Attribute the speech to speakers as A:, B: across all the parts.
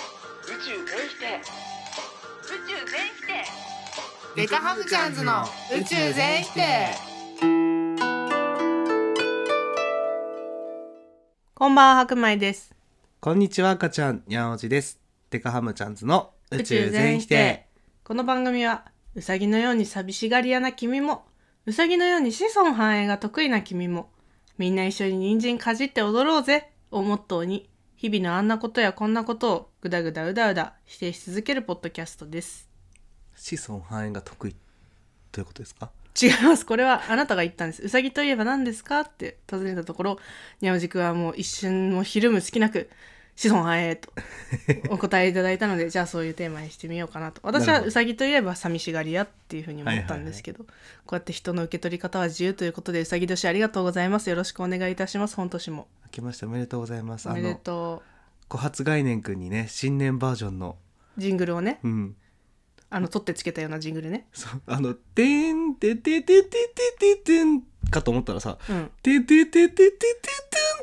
A: 宙全否定宇宙全否定
B: デカハムチャンズの宇宙全否定
C: こんばんは、白米です。
D: こんにちは赤ちゃんにゃんおじですデカハムちゃんズの宇宙全否定。
C: この番組は、うさぎのように寂しがり屋な君も、うさぎのように子孫繁栄が得意な君も、みんな一緒に人参かじって踊ろうぜをモットーに、日々のあんなことやこんなことをぐだぐだうだうだ否定し続けるポッドキャストです。
D: 子孫繁栄が得意ということですか
C: 違います。これはあなたが言ったんです。うさぎといえば何ですかって尋ねたところ、にゃおじくんはもう一瞬もひるむ隙なく、子孫繁栄とお答えいただいたので、じゃあそういうテーマにしてみようかなと。私
D: なる
C: は
D: ほど
C: うさぎといえば寂しがり屋っていうふうに思ったんですけど、こうやって人の受け取り方は自由ということで、うさぎ年ありがとうございます。よろしくお願いいたします。本年も。
D: 明けましておめでとうございます
C: おめで
D: あの
C: と
D: 小発概念くんにね新年バージョンの
C: う。ジングルをね、
D: うん
C: あの、取ってつけたようなジングルね。
D: そうあの「てーんてててててててん」かと思ったらさ
C: うん。
D: 「てててててててん」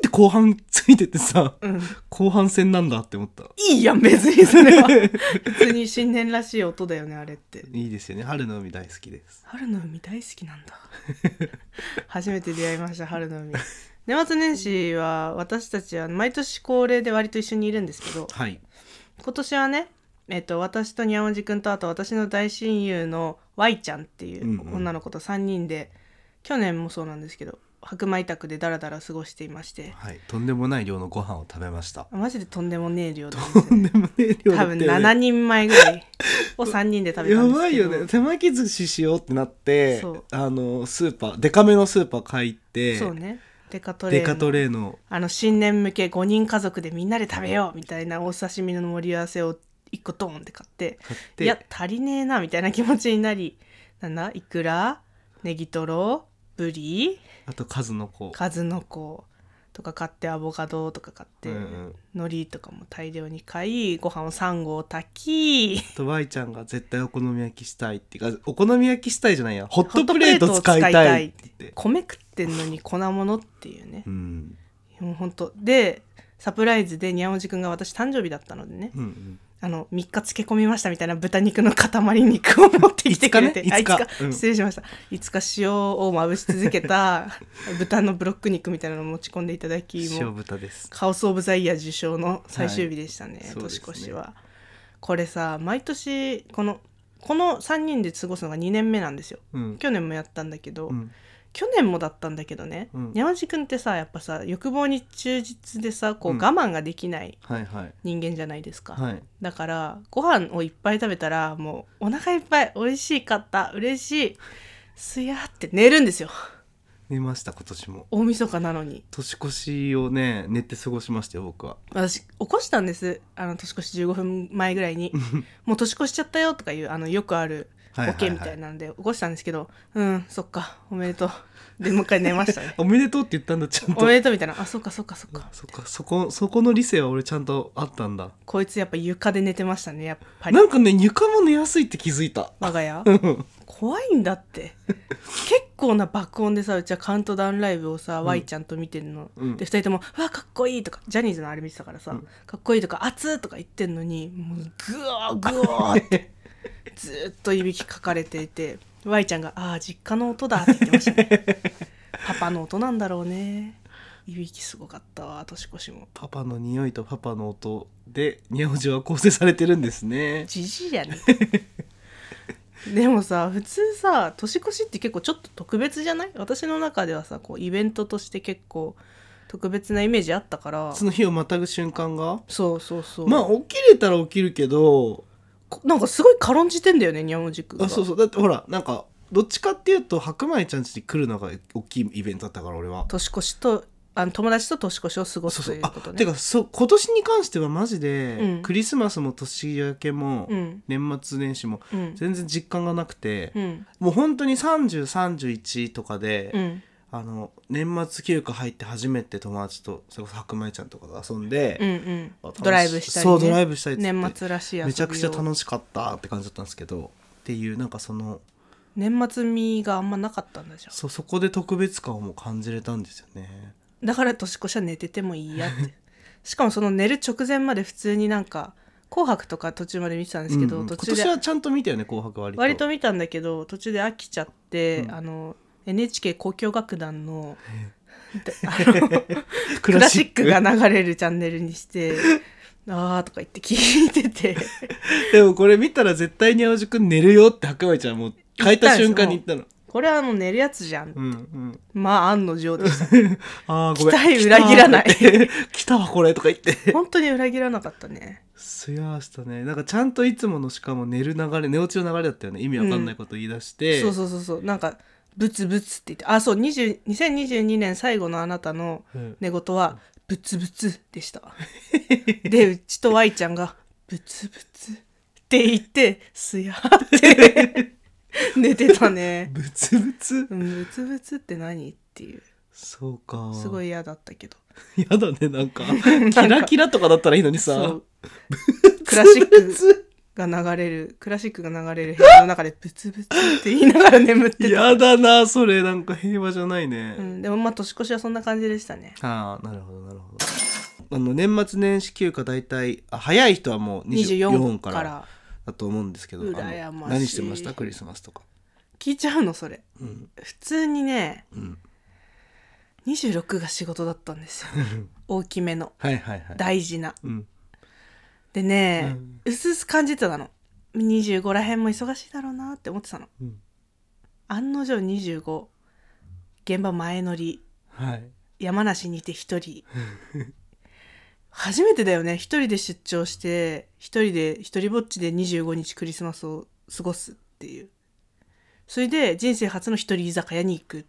D: って後半ついててさ
C: うん。
D: 後半戦なんだって思った
C: いいやん、別にそれは。普通に新年らしい音だよね、あれって。
D: いいですよね春の海大好きです
C: 春の海大好きなんだ初めて出会いました春の海年末年始は私たちは毎年恒例で割と一緒にいるんですけど
D: はい
C: 今年はねえっと私とにゃおじくんとあと私の大親友の Y ちゃんってい
D: うんう
C: うん女の子と3人で、去年もそうなんですけど白米宅でダラダラ過ごしていまして
D: はいとんでもない量のご飯を食べました
C: マジでとんでもねえ量です
D: とんでもねえ量だ
C: 多
D: ったよ
C: 分
D: ね
C: 7人前ぐらいを3人で食べたんですけど
D: やばいよね手巻き寿司しようってなって
C: そう
D: あのスーパーデカめのスーパー買いって
C: そうねデカトレ
D: デ
C: ー
D: カ
C: の
D: トレーの
C: あの新年向け5人家族でみんなで食べようみたいなお刺身の盛り合わせを1個ドーンって買って
D: 買っ
C: い
D: て
C: や足りねえなみたいな気持ちになりなんだいくらネギトロブリ
D: あと数の子
C: 数の子とか買ってアボカドとか買って、
D: うんうん
C: 海苔とかも大量に買いご飯を3合炊き
D: あとワイちゃんが絶対お好み焼きしたいっていうかお好み焼きしたいじゃないやホットプレート使いたいって言って
C: 米食ってんのに粉物っていうね
D: う、ん
C: もうほんとでサプライズでにゃおじくんが私誕生日だったのでね
D: うんうん
C: あの3日漬け込みましたみたいな豚肉の塊肉を持ってきてくれて
D: いつかねいつか
C: あい
D: うん
C: 失礼しましたいつか塩をまぶし続けた豚のブロック肉みたいなのを持ち込んでいただき も
D: 塩
C: う
D: 豚です
C: カオス・オブ・ザ・イヤー受賞の最終日でしたね、
D: はいそうです
C: 年
D: ね
C: 越しは、これさ毎年このこの3人で過ごすのが2年目なんですよ
D: うん
C: 去年もやったんだけど、
D: うん
C: 去年もだったんだけどね、
D: うん
C: 山地君ってさやっぱさ欲望に忠実でさこう
D: う
C: 我
D: ん
C: 慢ができない
D: はいはい
C: 人間じゃないですか、
D: はい
C: だからご飯をいっぱい食べたらもうお腹いっぱい美味しかった嬉しいすやーって寝るんですよ
D: 寝ました今年も
C: 大晦日なのに
D: 年越しをね寝て過ごしましたよ僕は
C: 私起こしたんですあの年越し15分前ぐら いに「もう年越しちゃったよ」とかいうあのよくある
D: はいはい
C: ボ
D: はい
C: ケみたいなんで起こしたんですけど「うんそっかおめでとう」でもう一回寝ま したね
D: おめでとうって言ったんだちゃん
C: お
D: と
C: めでとうみたいな「あそっかそっかそっか
D: そっかそこそこの理性は俺ちゃんとあったんだ
C: こいつやっぱ床で寝てましたねやっぱり
D: なんかね床も寝やすいって気づいた
C: 我が家
D: うん
C: 怖いんだって結構な爆音でさうちはカウントダウンライブをさ、Y ちゃんと見てるの、
D: うん
C: で2人とも「うわかっこいい」とかジャニーズのあれ見てたからさ「かっこいい」とか「熱っ」とか言ってんのにもうグワーグワーってずーっといびきかかれていて Y ちゃんが「ああ実家の音だ」って言ってましたね パパの音なんだろうねいびきすごかったわ年越しも
D: パパの匂いとパパの音でニャオジは構成されてるんですね
C: じじいやね でもさ普通さ年越しって結構ちょっと特別じゃない私の中ではさこうイベントとして結構特別なイメージあったから
D: その日をまたぐ瞬間が
C: そうそうそう
D: まあ起きれたら起きるけど
C: こなんかすごい軽んじてんだよねにゃもじくんが
D: あそうそうだってほらなんかどっちかっていうと白米ちゃん家に来るのが大きいイベントだったから俺は
C: 年越しとあの友達と年越しを過ご
D: そ
C: す
D: うそ
C: と
D: う
C: いう
D: あ
C: ことね
D: てかそう今年に関してはマジで、
C: うん
D: クリスマスも年明けも、
C: うん
D: 年末年始も
C: うん
D: 全然実感がなくて、
C: うん
D: もう本当に3031とかで、
C: うん
D: あの年末休暇入って初めて友達とそれこそ白米ちゃんとかと遊んで、
C: うんうん
D: あ楽し
C: ドライブしたり、ね、
D: そうドライブしたりっつって
C: 年末らしい遊びを
D: めちゃくちゃ楽しかったって感じだったんですけどっていうなんかその
C: 年末味があんまなかったんだじゃん
D: そそこで特別感をもう感じれたんですよね
C: だから年越しは寝ててもいいやってしかもその寝る直前まで普通になんか紅白とか途中まで見てたんですけど、
D: うんうん
C: 途
D: 今
C: 中
D: 年
C: で
D: はちゃんと見たよね紅白割と
C: 割と見たんだけど途中で飽きちゃって、
D: うん
C: あの NHK 交響楽団のあの
D: ク
C: クラシックが
D: が
C: 流れるチャンネルにして「あー」とか言って聞い てて
D: でもこれ見たら絶対に青くん寝るよって白米ちゃんもう変えた瞬間に言ったの
C: これはもう寝るやつじゃ
D: う
C: ん、
D: んうん
C: まあ案の定でした
D: ああごめん
C: 期待裏切らない
D: 来たー 来たわこれとか言って
C: 本当に裏切らなかったね
D: すやしたねなんかちゃんといつものしかも寝る流れ寝落ちの流れだったよね意味わかんないこと言い出して、
C: そうそうそうそうなんかブツブツって言ってあそう20 2022年最後のあなたの
D: うん
C: 寝言はブツブツでしたでうちと Y ちゃんがブツブツって言ってすやって 寝てたね
D: ブツブツ
C: うんブツブツって何っていう
D: そうか
C: すご
D: い
C: い嫌だったけど
D: やだねなん かキラキラとかだったらいいのに
C: そ
D: さ
C: うクラシッ
D: ブツブ
C: ク
D: ツ
C: が流れるクラシックが流れる部屋の中でブツブツって言いながら眠ってた、
D: やだなそれなんか平和じゃないね、
C: うん、でもまあ年越しはそんな感じでしたね
D: ああなるほどなるほどあの年末年始休暇大体あ早い人はもう
C: 24
D: 24
C: か
D: かららだと思うんですけどあの
C: 羨ましい
D: 何してましたクリスマスとか
C: 聞いちゃうのそれ
D: うん
C: 普通にね
D: うん
C: 26が仕事だったんです よ大きめの
D: はいはいはい
C: 大事な
D: うん
C: でね、
D: うん
C: うすうす感じてたの25らへんも忙しいだろうなって思ってたの
D: うん
C: 案の定25現場前乗り
D: はい
C: 山梨にいて 一人初めてだよね一人で出張して一人で一人ぼっちで25日クリスマスを過ごすっていうそれで人生初の一人居酒屋に行く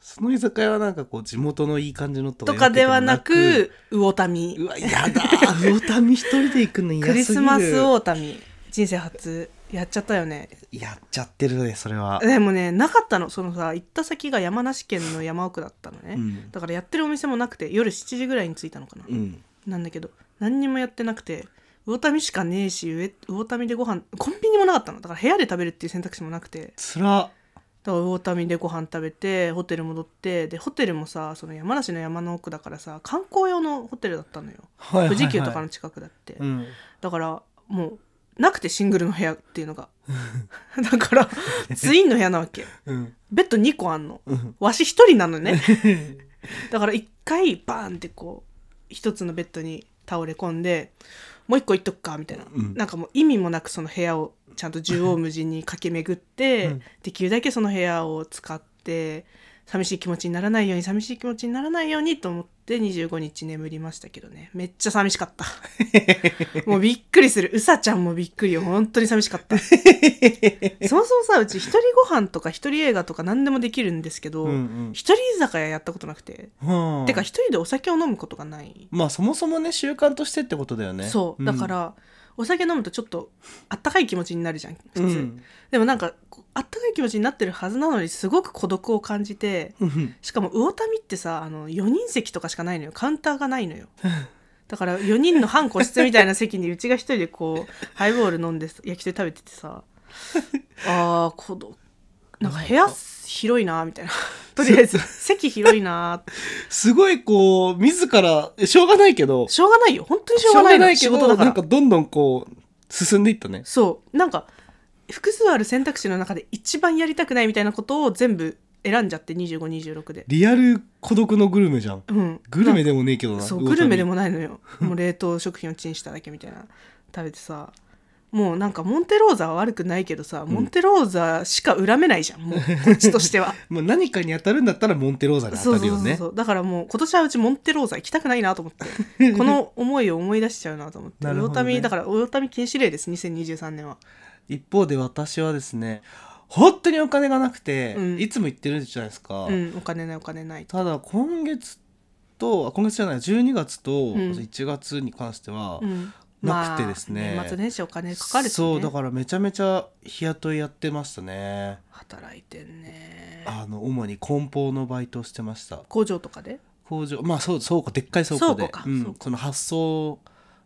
D: その居酒屋はなんかこう地元のいい感じのとか
C: とかではな
D: いうわけでもな
C: く魚民
D: うわやだ ー魚民一人で行くの嫌すぎ
C: ク
D: る
C: リスマス魚民人生初やっちゃったよね
D: やっちゃってるねそれは、
C: でもねなかったのそのさ行った先が山梨県の山奥だったのね、
D: うん
C: だからやってるお店もなくて夜7時ぐらいに着いたのかな、
D: うん、
C: なんだけど何にもやってなくて魚民しかねえし上魚民でご飯コンビニもなかったのだから部屋で食べるっていう選択肢もなくて
D: つら
C: だから魚民でご飯食べてホテル戻ってでホテルもさその山梨の山の奥だからさ観光用のホテルだったのよ
D: はいはいはい
C: 富士急とかの近くだって、
D: うん
C: だからもうなくてシングルの部屋っていうのが だからツインの部屋なわけ
D: うん
C: ベッド2個あんの
D: うん
C: わし1人なのねだから1回バーンってこう1つのベッドに倒れ込んでもう1個いっとくかみたいな、
D: うん
C: なんかもう意味もなくその部屋をちゃんと縦横無尽に駆け巡って、
D: うん
C: できるだけその部屋を使って寂しい気持ちにならないように寂しい気持ちにならないようにと思って25日眠りましたけどねめっちゃ寂しか ったもうびっくりするうさちゃんもびっくりよ本当に寂しかった そもそもさうち一人ご飯とか一人映画とか何でもできるんですけど、
D: うんうん
C: 一人居酒屋やったことなくて、
D: はあ
C: てか一人でお酒を飲むことがない、
D: まあそもそもね習慣としてってことだよね
C: そうだか、ら、お酒飲むとちょっとあったかい気持ちになるじゃん普
D: う
C: 通、
D: んうん
C: でもなんかこうあったかい気持ちになってるはずなのにすごく孤独を感じて
D: うん
C: しかも魚民ってさあの4人席とかしかないのよカウンターがない のよだから4人の半個室みたいな席にうちが一人でこ うハイボール飲んで焼き鳥食べてて さあー孤独なんか部屋広いなみたいな とりあえず席広いなーって
D: すごいこう自らしょうがないけど
C: しょうがないよ本当にしょうがないの仕事だか
D: なん
C: ら
D: かどんどんこう進んでいったね
C: そうなんか複数ある選択肢の中で一番やりたくないみたいなことを全部選んじゃって2526で
D: リアル孤独のグルメじゃん
C: うん
D: グルメ
C: で
D: でもねえけどな
C: そう
D: 魚民
C: グルメでもないのよもう冷凍食品をチンしただけみたいな食べてさもうなんかモンテローザは悪くないけどさ、モンテローザしか恨めないじゃんもうこっちとしては
D: まあ、何かに当たるんだったらモンテローザに
C: そ
D: 当
C: う
D: たる
C: そう
D: よ
C: そう
D: ね
C: そうだからもう今年はうちモンテローザ行きたくないなと思って この思いを思い出しちゃうなと思って
D: なるほどね
C: 魚民、だから魚民禁止令です2023年は
D: 一方で私はですね本当にお金がなくて、
C: うん
D: いつも言ってるじゃないですか、
C: うん、お金ないお金ないと。
D: ただ今月とあ今月じゃない12月と
C: ん
D: 1月に関しては、
C: うん
D: なくてですね
C: まあ、年末年始お金かかるし、ね、
D: そうだからめちゃめちゃ日雇いやってましたね
C: 働いてんね
D: あの主に梱包のバイトをしてました
C: 工場とかで
D: 工場まあそう倉庫でっかい倉庫で
C: 倉庫か
D: うん
C: 倉庫
D: その発送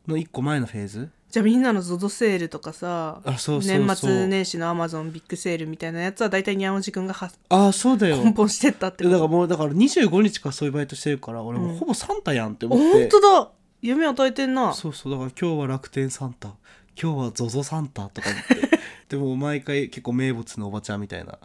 D: の一個前のフェーズ
C: じゃあみんなの ZOZO セールとかさ
D: あそうそうそう
C: 年末年始のアマゾンビッグセールみたいなやつは大体にゃんおじくんがは
D: ああそうだよ
C: 梱包してったって
D: いやだ
C: こ
D: からもうだから25日からそういうバイトしてるから俺もう
C: うん
D: ほぼサンタやんって
C: と
D: 思って、
C: 本当だ夢与えてんな
D: そうそうだから今日は楽天サンタ今日はゾゾサンタとか言 ってでも毎回結構名物のおばちゃんみたいな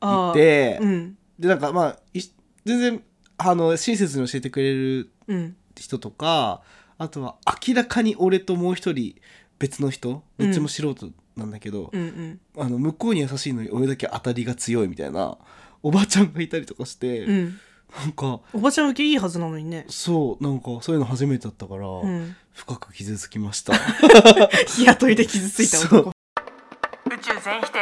C: あ
D: いて、
C: ーうん
D: でなんかまあい全然あの親切に教えてくれる
C: うん
D: 人とかあとは明らかに俺ともう一人別の人
C: うん
D: どっちも素人なんだけど、
C: うんうん
D: あの向こうに優しいのに俺だけ当たりが強いみたいなおばちゃんがいたりとかして、
C: うん
D: なんか
C: おばちゃん受けいいはずなのにね
D: そうなんかそういうの初めてだったから、
C: うん
D: 深く傷つきました
C: 日雇いで傷ついた
D: そう
C: 男
A: 宇宙全否定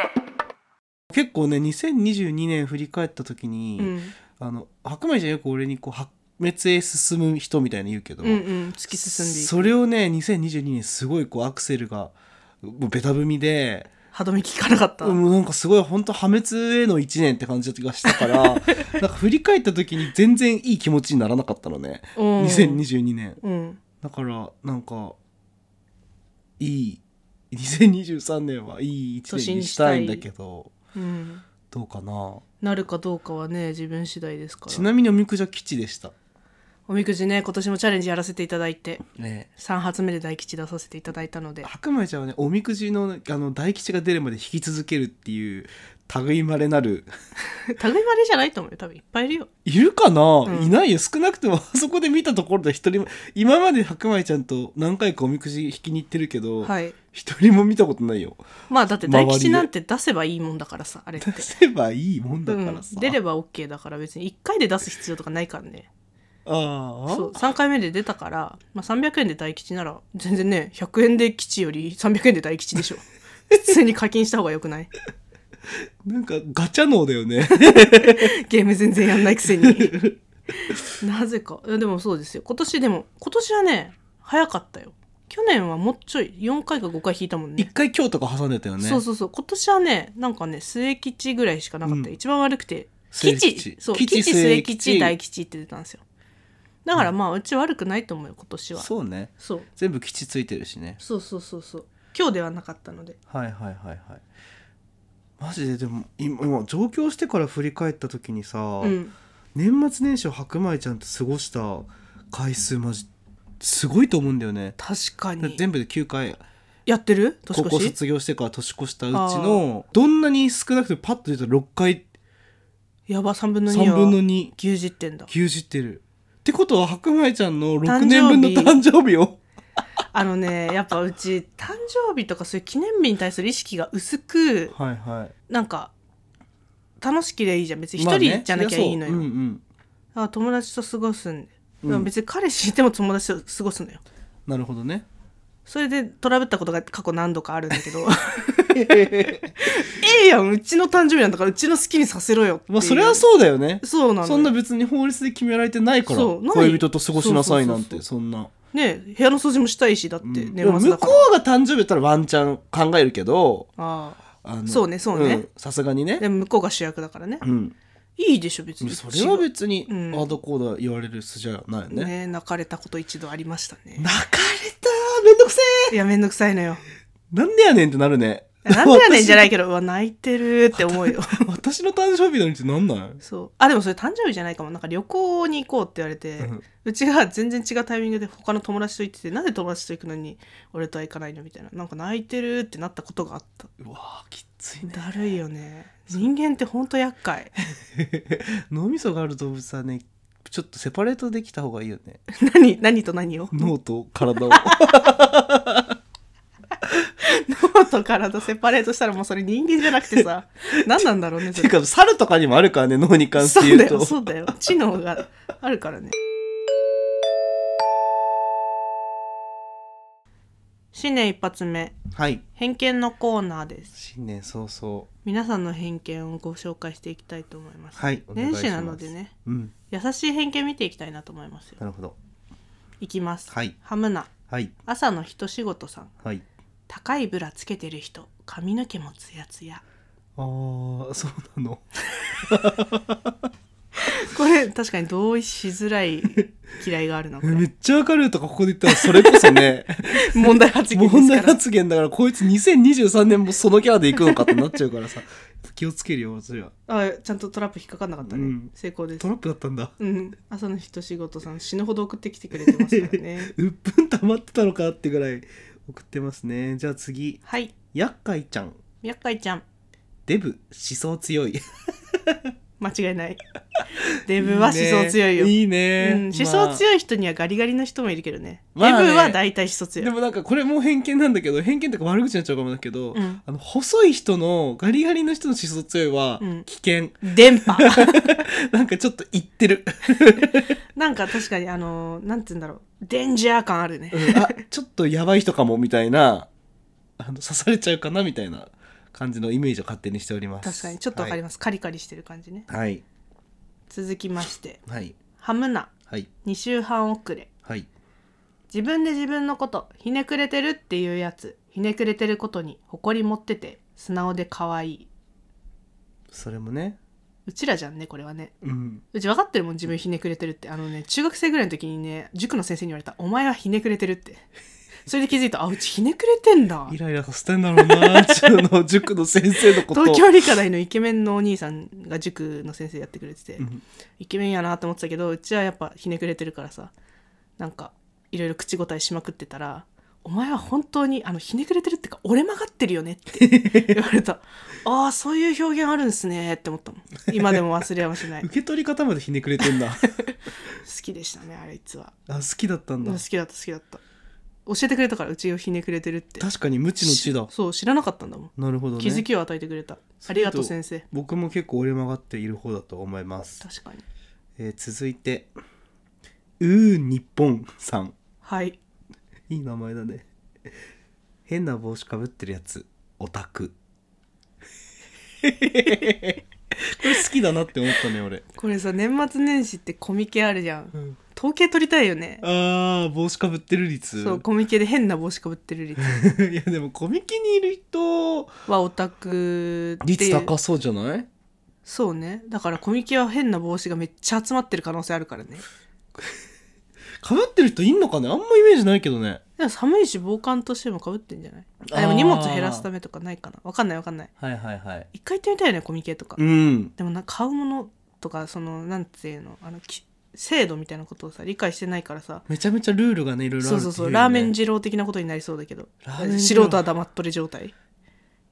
D: 結構ね2022年振り返った時に、
C: うん
D: あの白米ちゃんよく俺にこう白滅へ進む人みたいに言うけど、
C: うんうん突き進んでいく
D: それをね2022年すごいこうアクセルがもうベタ踏みで
C: 歯止め効かなかった、
D: もうなんかすごい本当破滅への1年って感じがした からなんか振り返った時に全然いい気持ちにならなかったのね
C: うん
D: 2022年
C: うん
D: だからなんかいい2023年はいい1年にしたいんだけど
C: うん
D: どうかな
C: なるかどうかはね自分次第ですか
D: ち
C: ら
D: なみにおみくじは吉でした
C: おみくじね今年もチャレンジやらせていただいて
D: ね
C: 3発目で大吉出させていただいたので
D: 白米ちゃんはねおみくじのあの大吉が出るまで引き続けるっていう類いまれなる
C: 類まれじゃないと思うよ多分いっぱいいるよ
D: いるかな、
C: ん
D: いないよ少なくとも あそこで見たところで一人も今まで白米ちゃんと何回かおみくじ引きに行ってるけど
C: はい
D: 一、人も見たことない よ
C: まあだって
D: 周りで
C: 大吉なんて出せばいいもんだからさあれって
D: 出せばいいもん だからさ、
C: うん、出れば OK だから別に1回で出す必要とかないからね
D: ああ
C: そう3回目で出たから、まあ、300円で大吉なら全然ね100円で吉より300円で大吉でし ょ普通に課金した方がよくない
D: なんかガチャ脳だよね
C: ゲーム全然やんないくせになぜかいやでもそうですよ今年でも今年はね早かったよ去年はもうちょい4回か5回引いたもんね
D: 一回今日とか挟んでたよね
C: そうそうそう今年はねなんかね末吉ぐらいしかなかったよ、
D: うん
C: 一番悪くて
D: 末
C: 吉
D: 吉
C: そう
D: 吉
C: 吉
D: 末
C: 末
D: 吉
C: 吉大吉って出たんですよだからまあうち悪くないと思うよ今年は
D: そうね
C: そう
D: 全部吉ついてるしね
C: そうそうそうそう今日ではなかったので
D: はいはいはいはいマジででも今今上京してから振り返った時にさ、
C: うん
D: 年末年始を白米ちゃんと過ごした回数マジすごいと思うんだよね
C: 確かに
D: 全部で9回
C: やってる年
D: 高
C: 越
D: 校
C: し
D: 卒業してから年越したうちのどんなに少なくてもパッと出たら6回
C: やば3分の2
D: 3
C: は
D: 分の2
C: 牛耳ってんだ
D: 牛耳ってるってことは白米ちゃんの6
C: 誕
D: 年
C: 生日
D: 分の誕生日を
C: あのねやっぱうち誕生日とかそういう記念日に対する意識が薄く
D: はいはい
C: なんか楽しきゃいいじゃん別に
D: ま
C: 一
D: あね
C: 人じゃなきゃいいのよ、
D: そりゃそううん
C: あ友達と過ごすんで、
D: うん
C: でも別に彼氏いても友達と過ごすのよ
D: うんなるほどね
C: それでトラブったことが過去何度かあるんだけ どええやんうちの誕生日なんだからうちの好きにさせろよっていう
D: まあそれはそうだよね
C: そうなのよ
D: そんな別に法律で決められてないから
C: そうない
D: 恋人と過ごしなさいなん
C: そうそうそうそ
D: て
C: う
D: そんな
C: ねえ部屋の掃除もしたいしだって
D: うん
C: 年
D: でも
C: 末だ
D: 向
C: か
D: こ
C: ら、
D: うが誕生日だったらワンチャン考えるけど
C: ああ
D: あの
C: そうねそうね
D: んさすがにね
C: でも向こうが主役だからね
D: うん
C: いいでしょ別に
D: それは別に
C: うん
D: アードコーダー言われる筋じゃないよ
C: ね
D: ね
C: え泣かれたこと一度ありましたね
D: 泣かれためんどくせえ
C: いやめんどくさいのよ
D: なんでやねんってなるね
C: なんでやねんじゃないけどうわ泣いてるって思う よ
D: 私の誕生日なのにってなんない
C: そうあでもそれ誕生日じゃないかもなんか旅行に行こうって言われて、
D: う
C: うんちが全然違うタイミングで他の友達と行っててなんで友達と行くのに俺とは行かないのみたいななんか泣いてるってなったことがあった
D: うわーきついね
C: だるいよね人間ってほんと厄介
D: 脳みそがある動物はねちょっとセパレートできた方がいいよね
C: 何何と何を
D: 脳と体を
C: 脳と体セパレートしたらもうそれ人間じゃなくて さ何なんだろうね
D: て
C: そ
D: いう
C: れ
D: か猿とかにもあるからね脳に関して
C: そう
D: 言
C: だ
D: うと
C: よそうだよ知能があるからね新年一発目
D: はい
C: 偏見のコーナーです
D: 新年早々
C: 皆さんの偏見をご紹介していきたいと思います、
D: はいお願いし
C: 年
D: ます
C: 始なのでね
D: うん
C: 優しい偏見見ていきたいなと思いますよ
D: なるほど
C: いきます、
D: はい
C: ハムナ
D: はい
C: 朝の一仕事さん
D: はい
C: 高いブラつけてる人髪の毛もツヤツヤ
D: あーそうなの
C: これ確かに同意しづ らい嫌いがあるなこれ
D: めっちゃわかるとかここで言ったらそれこそ ね
C: 問題発言
D: 問
C: です
D: 題
C: から
D: 発言だからこいつ2023年もそのキャラでいくのかってなっちゃうからさ気をつけるよそれは
C: あちゃんとトラップ引っかかんなかったね、
D: うん
C: 成功です
D: トラップだったんだ
C: うん朝の一仕事さん死ぬほど送ってきてくれてますか らね
D: うっぷん溜まってたのかってぐらい送ってますねじゃあ次
C: はい
D: やっかいちゃん
C: やっかいちゃん
D: デブ思想強い
C: 間違いないデブは思想強いよ
D: いいね
C: うん、思想
D: い、
C: 強い人にはガリガリの人もいるけどね,、
D: まあね
C: デブは大体思想強い
D: でもなんかこれもう偏見なんだけど偏見とか悪口になっちゃうかもだけど、
C: うん
D: あの細い人のガリガリの人の思想強いは
C: うん
D: 危険、
C: 電波
D: なんかちょっと言ってる、
C: なんか確かにあのーなんて言うんだろうデンジャー感あるね、
D: うん あちょっとやばい人かもみたいなあの刺されちゃうかなみたいな感じのイメージを勝手にしております
C: 確かにちょっとわかります、カリカリしてる感じね
D: はい
C: 続きまして
D: はい
C: ハムナ
D: はい
C: 2週半遅れ
D: はい
C: 自分で自分のことひねくれてるっていうやつひねくれてることに誇り持ってて素直で可愛い
D: それもね
C: うちらじゃんねこれはね
D: うん
C: うち分かってるもん自分ひねくれてるってあのね中学生ぐらいの時にね塾の先生に言われた「お前はひねくれてる」って それで気づいた「あうちひねくれてんだ
D: イライラさせてんだろうなその塾の先生の」こと
C: 東京理科大のイケメンのお兄さんが塾の先生やってくれてて、
D: うん
C: イケメンやなと思ってたけどうちはやっぱひねくれてるからさなんかいろいろ口答えしまくってたら「お前は本当にあのひねくれてるってか折れ曲がってるよね」って 言われたああそういう表現あるんですねって思ったもん今でも忘れはしない好
D: 受け取り方までひねくれてんだ
C: きでしたねあいつは
D: あ好きだったんだ
C: 好きだった好きだった教えてくれたからうちをひねくれてるって
D: 確かに無知の知だ
C: そう知らなかったんだもん、
D: なるほどね
C: 気づきを与えてくれたありがとう先生
D: 僕も結構折れ曲がっている方だと思います、
C: 確かに
D: えー続いてうー日本さん
C: はい
D: いい名前だね変な帽子かぶってるやつオタクこれ好きだなって思ったね俺、
C: これさ年末年始ってコミケあるじゃん統計取りたいよね
D: あー帽子かぶってる率
C: そうコミケで変な帽子かぶってる率
D: いやでもコミケにいる人
C: はオタクってい
D: 率
C: う
D: 高そうじゃない
C: そうねだからコミケは変な帽子がめっちゃ集まってる可能性あるからね
D: かぶってる人いんのかねあんまイメージないけどね
C: でも寒いし防寒としてもかぶってんじゃない
D: あー
C: あでも荷物減らすためとかないかなわかんないわかんない
D: はいはいはい
C: 一回行ってみたいよねコミケとか
D: うん
C: でもな買うものとかそのなんていうのあのき制度みたいなことをさ理解してないからさ
D: めちゃめちゃルールがねいろいろある
C: そう
D: ってい
C: そ
D: ね
C: うそうラーメン二郎的なことになりそうだけど
D: ラーメン二
C: 素
D: 郎
C: 人は黙っとれ状態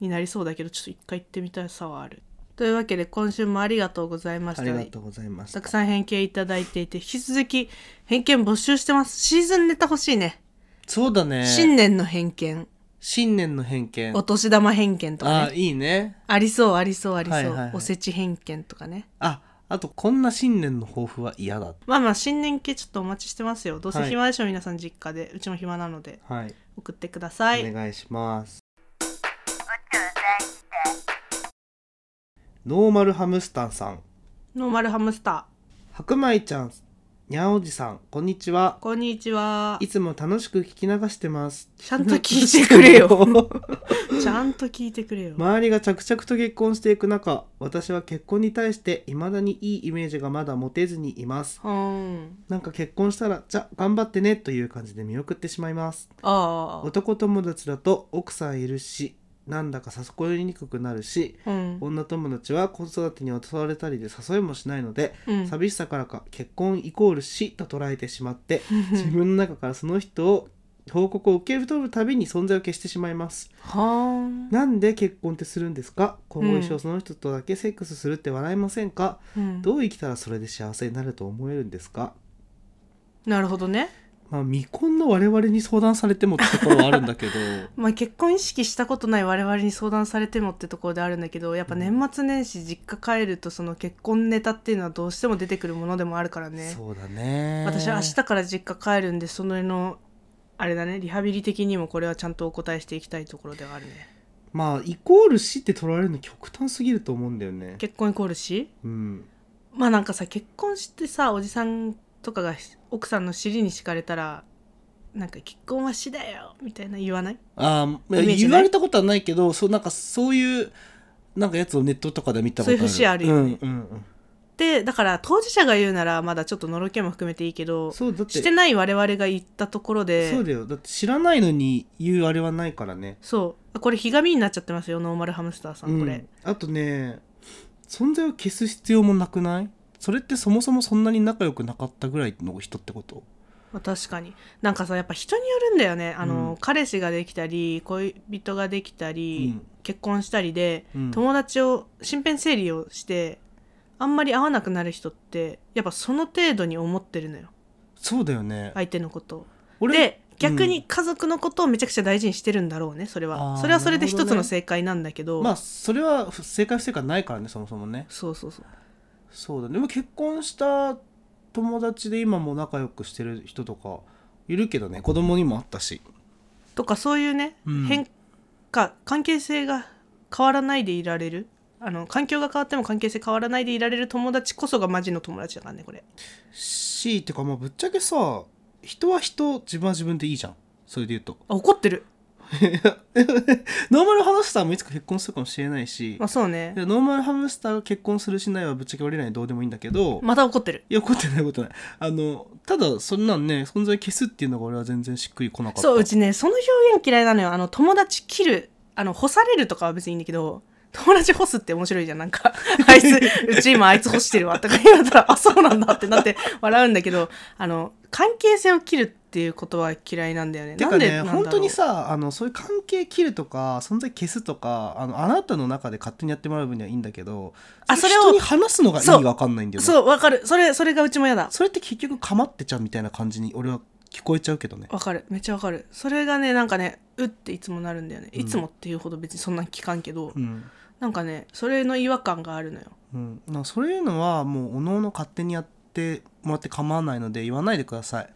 C: になりそうだけどちょっと一回行ってみたいさはあるというわけで今週もありがとうございまし
D: ありが
C: た
D: とうございます
C: たくさん偏見いただいていて引き続き偏見募集してますシーズンネタ欲しいね、
D: そうだね
C: 新年の偏見
D: 新年の偏見
C: お年玉偏見とか
D: あ
C: ね
D: いいね
C: ありそうありそうありそ
D: は
C: う、
D: いはいはい
C: おせち偏見とかね
D: ああとこんな新年の抱負は嫌だ
C: まあまあ新年系ちょっとお待ちしてますよどうせ
D: はい
C: 暇でしょ、皆さん実家でうちも暇なので
D: はい、
C: 送ってください
D: お願いしますノーマルハムスターさん
C: ノーマルハムスタ
D: 白米ちゃんにゃおじさんこんにちは
C: ーこんにちはい
D: つも楽しく聞き流してます
C: ちゃんと聞いてくれよ
D: 聞いてくれよ
C: ちゃんと聞いてくれよ、
D: 周りが着々と結婚していく中私は結婚に対して未だにいいイメージがまだ持てずにいます
C: うん
D: なんか結婚したらじゃあ頑張ってねという感じで見送ってしまいます
C: ああ
D: 男友達だと奥さんいるしなんだか誘いにくくなるし
C: うん
D: 女友達は子育てに襲われたりで誘いもしないので、
C: うん
D: 寂しさからか結婚イコール死と捉えてしまって自分の中からその人を報告を受け取るたびに存在を消してしまいます
C: はあ
D: なんで結婚ってするんですか今後一
C: う
D: 生
C: ん
D: その人とだけセックスするって笑えませんか、
C: うん
D: どう生きたらそれで幸せになると思えるんですか
C: なるほどね
D: まあ未婚の我々に相談されてもってところはあるんだけど
C: まあ結婚意識したことない我々に相談されてもってところであるんだけどやっぱ年末年始実家帰るとその結婚ネタっていうのはどうしても出てくるものでもあるから ね
D: そうだね
C: 私明日から実家帰るんでそののあれだねリハビリ的にもこれはちゃんとお答えしていきたいところではあるね
D: まあイコール死って取られるの極端すぎると思うんだよね。
C: 結婚イコールし
D: うん、
C: まあなんかさ結婚してさおじさんとかが奥さんの尻に敷かれたらなんか結婚は死だよみたいな言わない
D: あーまあ
C: イメージない
D: 言われたことはないけどそうなんかそういうなんかやつをネットとかで見たことある
C: そういう節あるよね
D: うんうんうん
C: ってだから当事者が言うならまだちょっとのろけも含めていいけど
D: そうだって
C: してない我々が言ったところで
D: そうだよだって知らないのに言うあれはないからね
C: そうあこれひがみになっちゃってますよノーマルハムスターさんこれ、
D: うん、あとね存在を消す必要もなくないそれってそもそもそんなに仲良くなかったぐらいの人ってこと
C: まあ確かになんかさやっぱ人によるんだよねあの、
D: うん
C: 彼氏ができたり恋人ができたり、
D: うん
C: 結婚したりで、
D: うん
C: 友達を身辺整理をしてあんまり会わなくなる人ってやっぱその程度に思ってるのよ
D: そうだよね、
C: 相手のことを
D: 俺
C: で逆に家族のことをめちゃくちゃ大事にしてるんだろうねそれ
D: あ
C: は
D: ー
C: それはそれで
D: なるほど
C: 一
D: ね
C: つの正解なんだけど
D: まあそれは不正解不正解ないからねそもそもね
C: そうそうそう
D: そうだねでも結婚した友達で今も仲良くしてる人とかいるけどね子供にもあったし
C: とかそういうね、
D: うん
C: 変化関係性が変わらないでいられるあの環境が変わっても関係性変わらないでいられる友達こそがマジの友達だからねこれ
D: しってかまあぶっちゃけさ人は人自分は自分でいいじゃんそれで言うと
C: あ怒ってる
D: ノーマルハムスターもいつか結婚するかもしれないし
C: まあそうね
D: でノーマルハムスターが結婚するしないはぶっちゃけ俺らにどうでもいいんだけど、
C: また怒ってる
D: いや怒ってないことないあのただそんなんね存在消すっていうのが俺は全然しっくりこなかった
C: そううちねその表現嫌いなのよあの友達切るあの干されるとかは別にいいんだけど友達干すって面白いじゃんな んかあいつうち今あいつ干してるわとか言われたらあそうなんだってなって笑うんだけどあの関係性を切るっていうことは嫌いなんだよね
D: て
C: な
D: か
C: んで
D: ね
C: なんだろう
D: 本当にさあのそういう関係切るとか存在消すとかあのあなたの中で勝手にやってもらう分にはいいんだけど
C: あそれを
D: 人に話すのが意味が分かんないんだよね
C: そうわかるそれそれがうちも嫌だ
D: それって結局かまってちゃうみたいな感じに俺は聞こえちゃうけどね
C: わかるめっちゃわかるそれがねなんかねうっていつもなるんだよね、
D: うん
C: いつもっていうほど別にそんなん聞かんけど、
D: うん、
C: なんかねそれの違和感があるのよ
D: うん、なんかそういうのはもうおのおの勝手にやってもらって構わないので言わないでください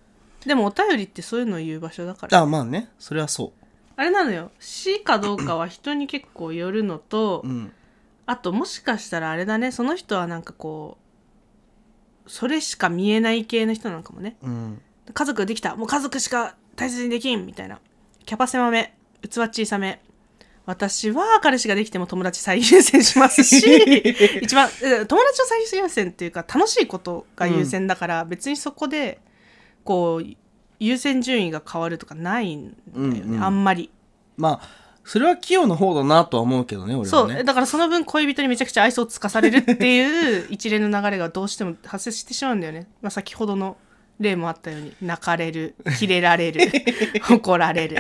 C: でもお便りってそういうのを言う場所だから
D: あまあねそれはそ
C: あれなのよ死かどうかは人に結構よるのと、
D: ううん
C: あともしかしたらあれだねその人はなんかこうそれしか見えない系の人なんかもね
D: うん
C: 家族できたもう家族しか大切にできんみたいなキャパ狭め器小さめ私は彼氏ができても友達最優先しますし 一番え友達を最優先っていうか楽しいことが優先だから、別にそこでこう優先順位が変わるとかないんだよね、
D: うんうん
C: あんまり、
D: まあそれは器用の方だなとは思うけどね俺
C: そ
D: は
C: う
D: ね
C: だからその分恋人にめちゃくちゃ愛想をつかされるっていう一連の流れがどうしても発生してしまうんだよね、 まあ、先ほどの例もあったように泣かれるキレられる 怒られる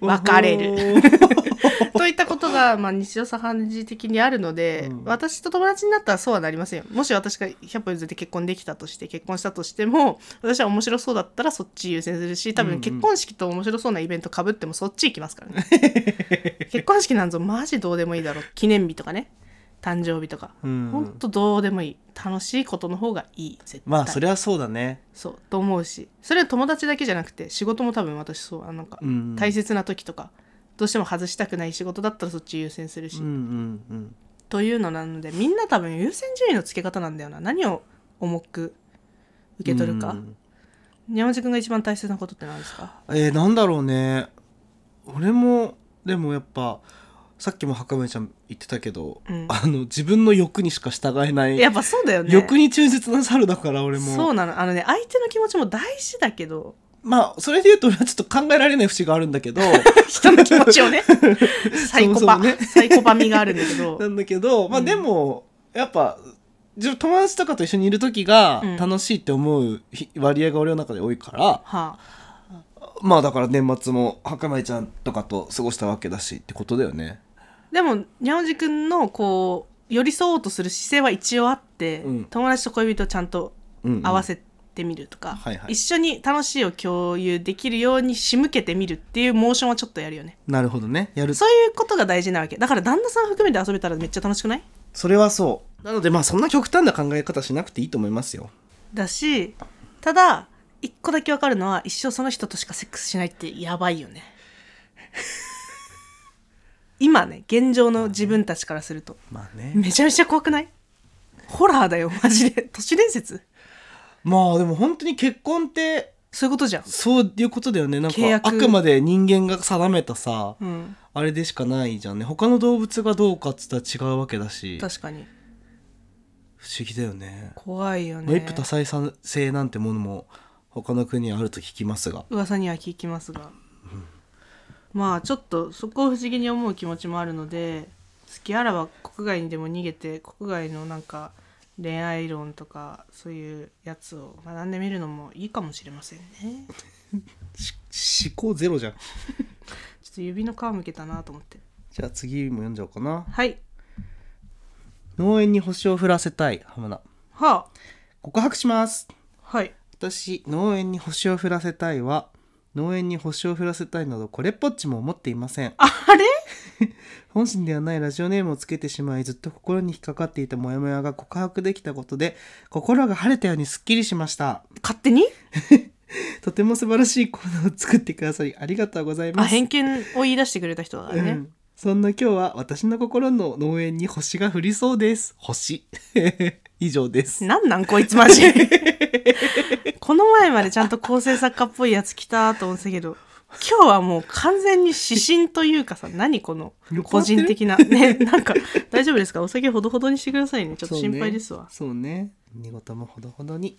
C: 別れる
D: る
C: といったことが、まあ、日常茶飯事的にあるので、
D: うん
C: 私と友達になったらそうはなりませんよもし私が100歩譲って結婚できたとして結婚したとしても私は面白そうだったらそっち優先するし多
D: うんう
C: 分
D: ん
C: 結婚式と面白そうなイベントかぶってもそっち行きますからね 結婚式なんぞマジどうでもいいだろう記念日とかね誕生日とか、
D: うん
C: ほんとどうでもいい楽しいことの方がいい絶対
D: まあそれはそうだね
C: そうと思うしそれは友達だけじゃなくて仕事も多分私そうあなんか、
D: うん
C: 大切な時とかどうしても外したくない仕事だったらそっち優先するし、
D: うんうんうん
C: というのなのでみんな多分優先順位のつけ方なんだよな何を重く受け取る
D: う
C: か
D: ん
C: 山地君が一番大切なことって何ですか
D: えー、なんだろうね俺もでもやっぱさっきも博文ちゃん言ってたけど、
C: うん
D: あの自分の欲にしか従えない、
C: やっぱそうだよね
D: 欲に忠実な猿だから俺も
C: そうなのあのね相手の気持ちも大事だけど
D: まあそれで言うと俺はちょっと考えられない節があるんだけど
C: 人の気持ち をねサイコ
D: そもそ
C: パ
D: もね
C: サイコパ味があるんだけ ど
D: なんだけど、まあ
C: うん
D: でも、やっぱ、自分友達とかと一緒にいる時が
C: うん
D: 楽しいって思う日割合が俺の中で多いから、
C: はあ
D: まあだから年末も白米ちゃんとかと過ごしたわけだしってことだよね。
C: でも山地君のこう寄り添おうとする姿勢は一応あって、
D: うん
C: 友達と恋人をちゃんと
D: うん、うん
C: 合わせてみるとか、
D: はいはい
C: 一緒に楽しいを共有できるように仕向けてみるっていうモーションはちょっとやるよね
D: なるほどね。やる。
C: そういうことが大事なわけだから旦那さん含めて遊べたらめっちゃ楽しくない
D: それはそう。なのでまあそんな極端な考え方しなくていいと思いますよ。
C: だしただ一個だけわかるのは一生その人としかセックスしないってやばいよね今ね現状の自分たちからすると
D: まあね。
C: めちゃめちゃ怖くないホラーだよマジで都市伝説
D: まあでも本当に結婚って、
C: そういうことじゃん
D: そういうことだよね。なんか
C: 契、約
D: あくまで人間が定めたさ、
C: うん
D: あれでしかないじゃんね。他の動物がどうかっつったら違うわけだし。
C: 確かに
D: 不不思議だよね
C: 怖いよね
D: まあ一夫多妻さ性なんてものも他の国にあると聞きますが
C: 噂には聞きますが、まあちょっとそこを不思議に思う気持ちもあるので好きあらば国外にでも逃げて国外のなんか恋愛論とかそういうやつを学んでみるのもいいかもしれませんね
D: し思考ゼロじゃん
C: ちょっと指の皮むけたなと思って
D: じゃあ次も読んじゃおうかな
C: はい
D: 農園に星を降らせたい浜田
C: は
D: 告白します
C: あはい
D: 私農園に星を降らせたいは農園に星を降らせたいなどこれっぽっちも思っていません
C: あれ
D: 本心ではないラジオネームをつけてしまいずっと心に引っかかっていたモヤモヤが告白できたことで心が晴れたようにすっきりしました
C: 勝手に
D: とても素晴らしいコーナーを作ってくださりありがとうございま
C: あ
D: す
C: 偏見を言い出してくれた人だか
D: う
C: らね、
D: んそんな今日は私の心の農園に星が降りそうです星 以上です
C: なんなんこいつ マジこの前までちゃんと構成作家っぽいやつ来たと思ってたけど今日はもう完全に指針というかさ何この
D: 酔っ払ってる
C: 個人 的なねなんか大丈夫ですかお酒ほどほどにしてくださいねちょっと
D: そうね
C: 心配ですわ、
D: そうね見事もほどほどに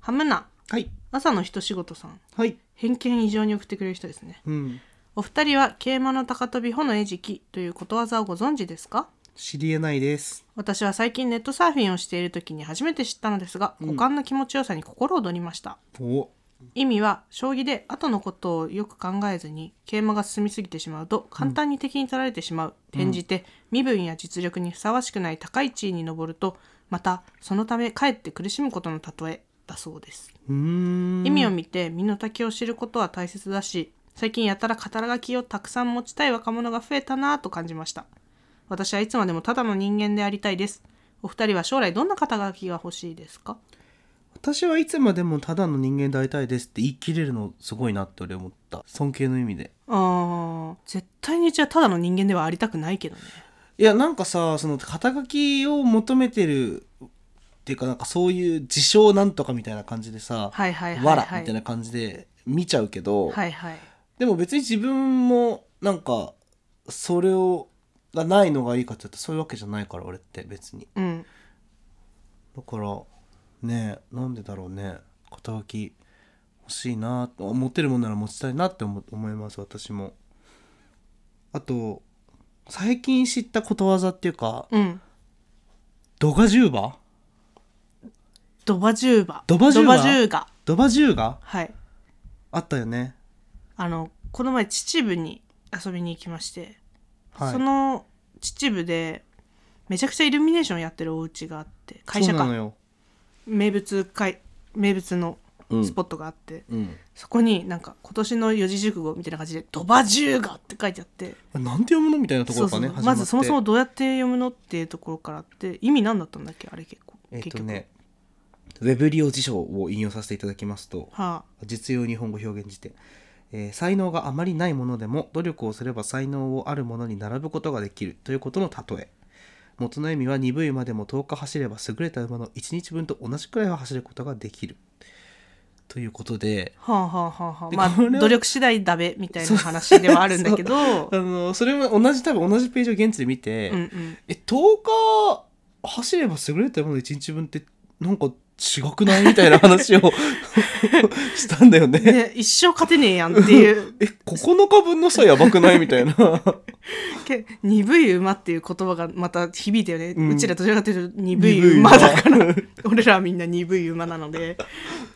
C: ハムナ
D: はい
C: 朝の一仕事さん
D: はい
C: 偏見以上に送ってくれる人ですね
D: うん
C: お二人は桂馬の高飛び穂の餌食ということわざをご存知ですか
D: 知りえないです
C: 私は最近ネットサーフィンをしている時に初めて知ったのですが、股間の気持ちよさに心躍りました
D: お
C: 意味は将棋で後のことをよく考えずに桂馬が進みすぎてしまうと簡単に敵に取られてしまう、転じて身分や実力にふさわしくない高い地位に上るとまたそのためかえって苦しむことの例えだそうです、
D: うーん
C: 意味を見て身の丈を知ることは大切だし最近やたら肩書きをたくさん持ちたい若者が増えたなぁと感じました私はいつまでもただの人間でありたいですお二人は将来どんな肩書きが欲しいですか
D: 私はいつまでもただの人間でありたいですって言い切れるのすごいなって俺思った尊敬の意味で
C: あー絶対にじゃあただの人間ではありたくないけどね
D: いやなんかさその肩書きを求めてるっていうかなんかそういう自称なんとかみたいな感じでさ
C: はいはいはい
D: わ
C: はい
D: らみたいな感じで見ちゃうけど、
C: はいはい
D: でも別に自分もなんかそれをがないのがいいかって言ったらそういうわけじゃないから俺って別に
C: うん
D: だからねえなんでだろうね肩書き欲しいなと持てるもんなら持ちたいなって思思います私もあと最近知ったことわざっていうか
C: うん
D: ドガ十馬
C: ドバジューバ
D: ドバジューバ
C: ガ
D: ドバ十が
C: はい
D: あったよね
C: あのこの前秩父に遊びに行きまして、
D: はい
C: その秩父でめちゃくちゃイルミネーションやってるお家があって会社
D: そうなの
C: か
D: よ
C: 名物会名物の
D: うん
C: スポットがあって、
D: うん
C: そこになんか今年の四字熟語みたいな感じで「ドバジューガ」って書いてあって
D: あなんて読むのみたいなとこ
C: そ
D: ろ
C: うそ
D: か
C: う
D: ね
C: まずそもそも
D: も
C: どうやって読むのっていうところからあって意味何だったんだっけあれ結構
D: えっ
C: 結
D: と
C: 局
D: ねウェブリオ辞書を引用させていただきますと
C: は
D: 実用日本語表現辞典、えー才能があまりないものでも努力をすれば才能をあるものに並ぶことができるということの例え元の意味は鈍い馬でも10日走れば優れた馬の1日分と同じくらいは走ることができるということで
C: あ、はあはあはあはあ
D: で
C: まあ
D: これは
C: 努力次第だべみたいな話ではあるんだけどう
D: あの それも同じ多分同じページを現地で見て、
C: んうん
D: え10日走れば優れた馬の1日分ってなんか違くないみたいな話を したんだよね。
C: で一生勝てねえやんっ ていう
D: え9日分の差やばくないみたいな。
C: け鈍い馬っていう言葉がまた響いたよね、う
D: うん
C: ちらどちらかというと鈍い馬だから俺らはみんな鈍い馬なので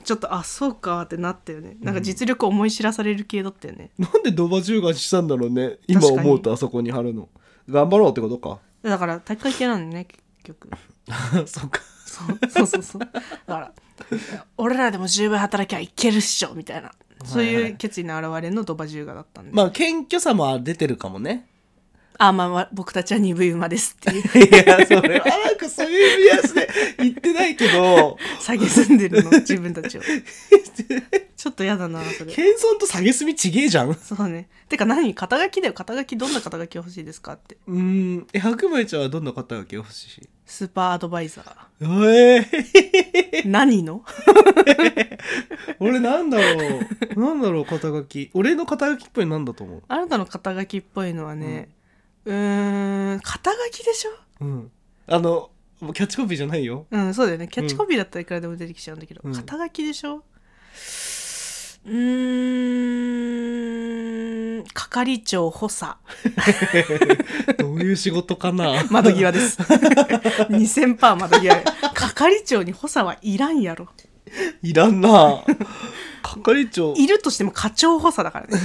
C: ちょっとあそうかってなったよねなんか実力を思い知らされる系だったよね、
D: なんでドバ十がしたんだろうね今
C: 確かに
D: 思うとあそこに貼るの頑張ろうってことか
C: だから大会系なのね結局
D: そっか
C: そうそうそうそうだから俺らでも十分働きゃいけるっしょみたいな、そういう決意の表れのドバ十ガだったんで、
D: まあ謙虚さも出てるかもね
C: あまあまあ僕たちは鈍い馬ですっていう
D: いやそ れはなんかそういうニュアンスで 言ってないけど
C: 下げすんで るの自分たちをちょっとやだなそれ
D: 謙遜と下げすみちげえじゃんう
C: そうねてか何肩書きだよ肩書きどんな肩書き欲しいですかって
D: ーんえ白米ちゃんはどんな肩書きが欲しい
C: スーパーアドバイザ
D: えー、
C: ー何の
D: 俺なんだろうなんだろう肩書き俺の肩書きっぽいのなんだと思う
C: あなたの肩書きっぽいのはねうーん肩書きでしょ
D: うんあのもうキャッチコピーじゃないよ
C: うんそうだよねキャッチコピーだったらいくらでも出てきちゃうんだけど、
D: うん
C: 肩書きでしょうーん係長補佐
D: どういう仕事か な
C: 窓際です2000%窓際係長に補佐はいらんやろ
D: いらんな 係長
C: いるとしても課長補佐だからね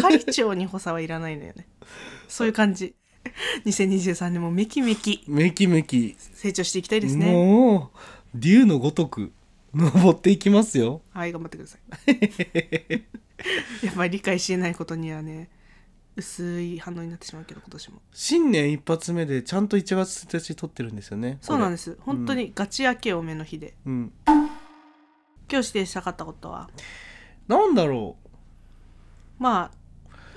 C: 係長に補佐はいらないのよねそういう感じ2023年もめきめき
D: めきめき
C: 成長していきたいですね
D: もう竜のごとく登っていきますよ
C: はい頑張ってくださ いやっぱり理解しえないことにはね薄い反応になってしまうけど今年も
D: 新年一発目でちゃんと1月1日撮ってるんですよね、
C: そうなんですす本当にガチ明けお目の日で
D: うん、
C: 今日指定したかったことは
D: なんだろ
C: まあ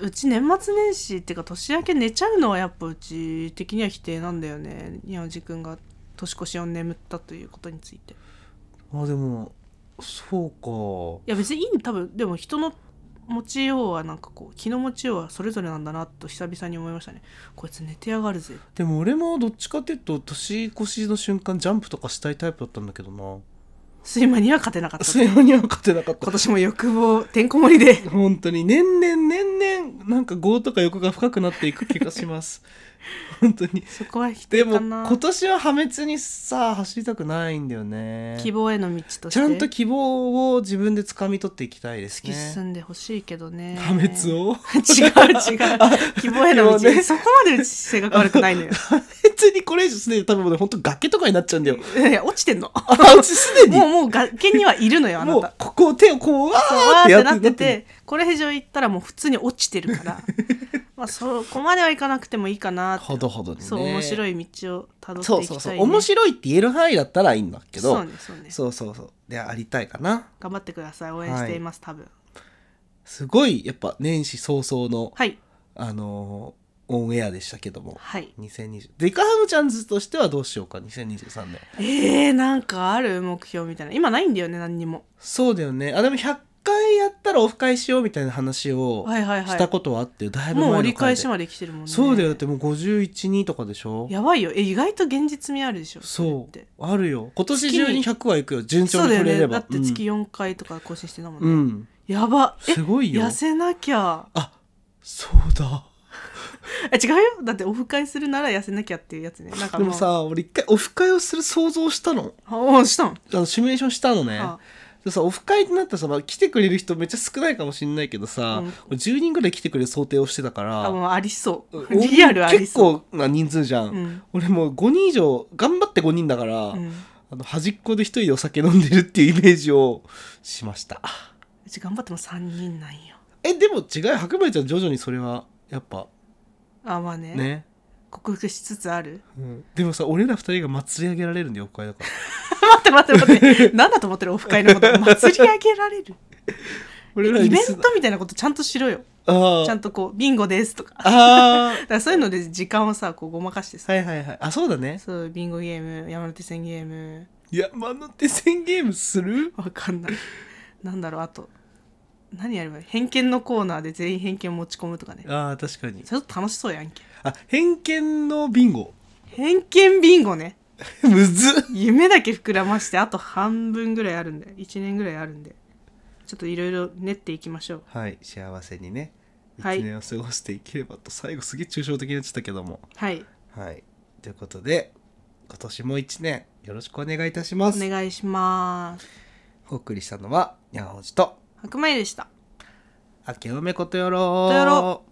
C: うち年末年始っていうか年明け寝ちゃうのはやっぱうち的には否定なんだよね宮内くんが年越しを眠ったということについて
D: うあでもそう
C: いや別にいいん多分でも人の持ちようはなんかこう気の持ちようはそれぞれなんだなと久々に思いましたねこいつ寝てやがるぜ
D: かでも俺もどっちかっていうと年越しの瞬間ジャンプとかしたいタイプだったんだけどな
C: 睡魔には勝てなかった
D: そういうのには勝てなかった
C: 今年も欲望てんこ盛りで
D: 本当に年々年々なんか業とか欲が深くなっていく気がします 本当に
C: そこは否
D: で
C: 定
D: も
C: かな
D: 今年は破滅にさ走りたくないんだよね
C: 希望への道として
D: ちゃんと希望を自分で掴み取っていきたいです
C: 突き進
D: ね
C: んでほしいけどね
D: 破滅を
C: 違う違う希望へ
D: で
C: の道、
D: もね
C: そこまでうち性格悪くな いのよ
D: 別にこれ以上すでに多分もうね本当崖とかになっちゃうんだ よ
C: いやいや落ちてんの
D: あうちすでに
C: もうもう崖にはいるのよあな
D: も
C: た
D: うここを手をこうわ
C: そうわ
D: ーっ
C: ーってて
D: や
C: な
D: っ
C: ってててこれ以上行ったらもう普通に落ちて るからまあそこまではいかなくてもいいかなって
D: ほどほどにね
C: そう面白
D: い
C: い道をたどっていきたい、
D: そ
C: ね、
D: うそうそう面白いって言える範囲だったらいいんだけど
C: そうねそうね
D: そうそうそうでありたいかな
C: 頑張ってください応援しています、多分
D: すごいやっぱ年始早々の、
C: はい
D: あのーオンエアでしたけども
C: はい
D: 2020デカハムちゃんズとしてはどうしようか2023年
C: えー、なんかある目標みたいな今ないんだよね何にも
D: そうだよねあでも100回やったらオフ会しようみたいな話を
C: はいはいはい
D: したことはあって、だいぶ前の
C: もう
D: 回で
C: 折り返しまで来てるもんね
D: そうだよだってもう512とかでしょ
C: やばいよえ意外と現実味あるでしょ
D: そ
C: れって
D: うあるよ今年中に100はいくよ順調
C: そう
D: に
C: だ
D: 触
C: よ
D: れ
C: ね
D: れば
C: だって月4回とか更新してたもん
D: う
C: ね、
D: ん、うん
C: やばえ
D: すごいよ
C: 痩せなきゃ
D: あそうだ
C: あ違うよだってオフ会するなら痩せなきゃっていうやつねなんか
D: で
C: もう
D: もさ俺一回オフ会をする想像したの
C: あうんしたん
D: あのシミュレーションしたのね
C: あ
D: でさオフ会ってなったらさ、まあ、来てくれる人めっちゃ少ないかもしんないけどさ、
C: うん
D: 10人ぐらい来てくれる想定をしてたか
C: あ
D: ら
C: もうありそう
D: お
C: リアルありそう
D: 結構な人数じゃん、
C: うん
D: 俺もう5人以上頑張って5人だから、
C: うん、う
D: あの端っこで一人でお酒飲んでるっていうイメージをしました
C: ち頑張っても3人なんよ
D: えでも違うよ白米ちゃん徐々にそれはやっぱ
C: あまあね
D: ね、
C: 克服しつつある
D: うんでもさ俺ら2人が祭り上げられるんだよオ フ会だから
C: 待って待って待って何だと思ってるオフ会のこと祭り上げられる
D: 俺ら
C: イベ
D: リ
C: ン
D: スナー
C: トみたいなことちゃんとしろよ
D: あー
C: ちゃんとこうビンゴですとかだか
D: あ
C: らそういうので時間をさこうごまかして
D: ー
C: さ、
D: はいはいはいあそうだね
C: そうビンゴゲーム山手線ゲーム
D: 山手線ゲームする
C: わかんないなんだろうあと何やればいい偏見のコーナーで全員偏見を持ち込むとかね
D: あー確かに
C: ちょっと楽しそうやんけ
D: あ偏見のビンゴ
C: 偏見ビンゴね
D: むずっ
C: 夢だけ膨らましてあと半分ぐらいあるんで1年ぐらいあるんでちょっといろいろ練っていきましょう
D: はい幸せにね
C: はい
D: 一年を過ごしていければと、最後すげえ抽象的になっちゃったけども
C: はい
D: はいということで今年も一年よろしくお願いいたしま
C: お
D: す
C: 願いします
D: お送りしたのはにゃんほじと
C: 白米でした
D: 明けおめことよろ
C: ことよろ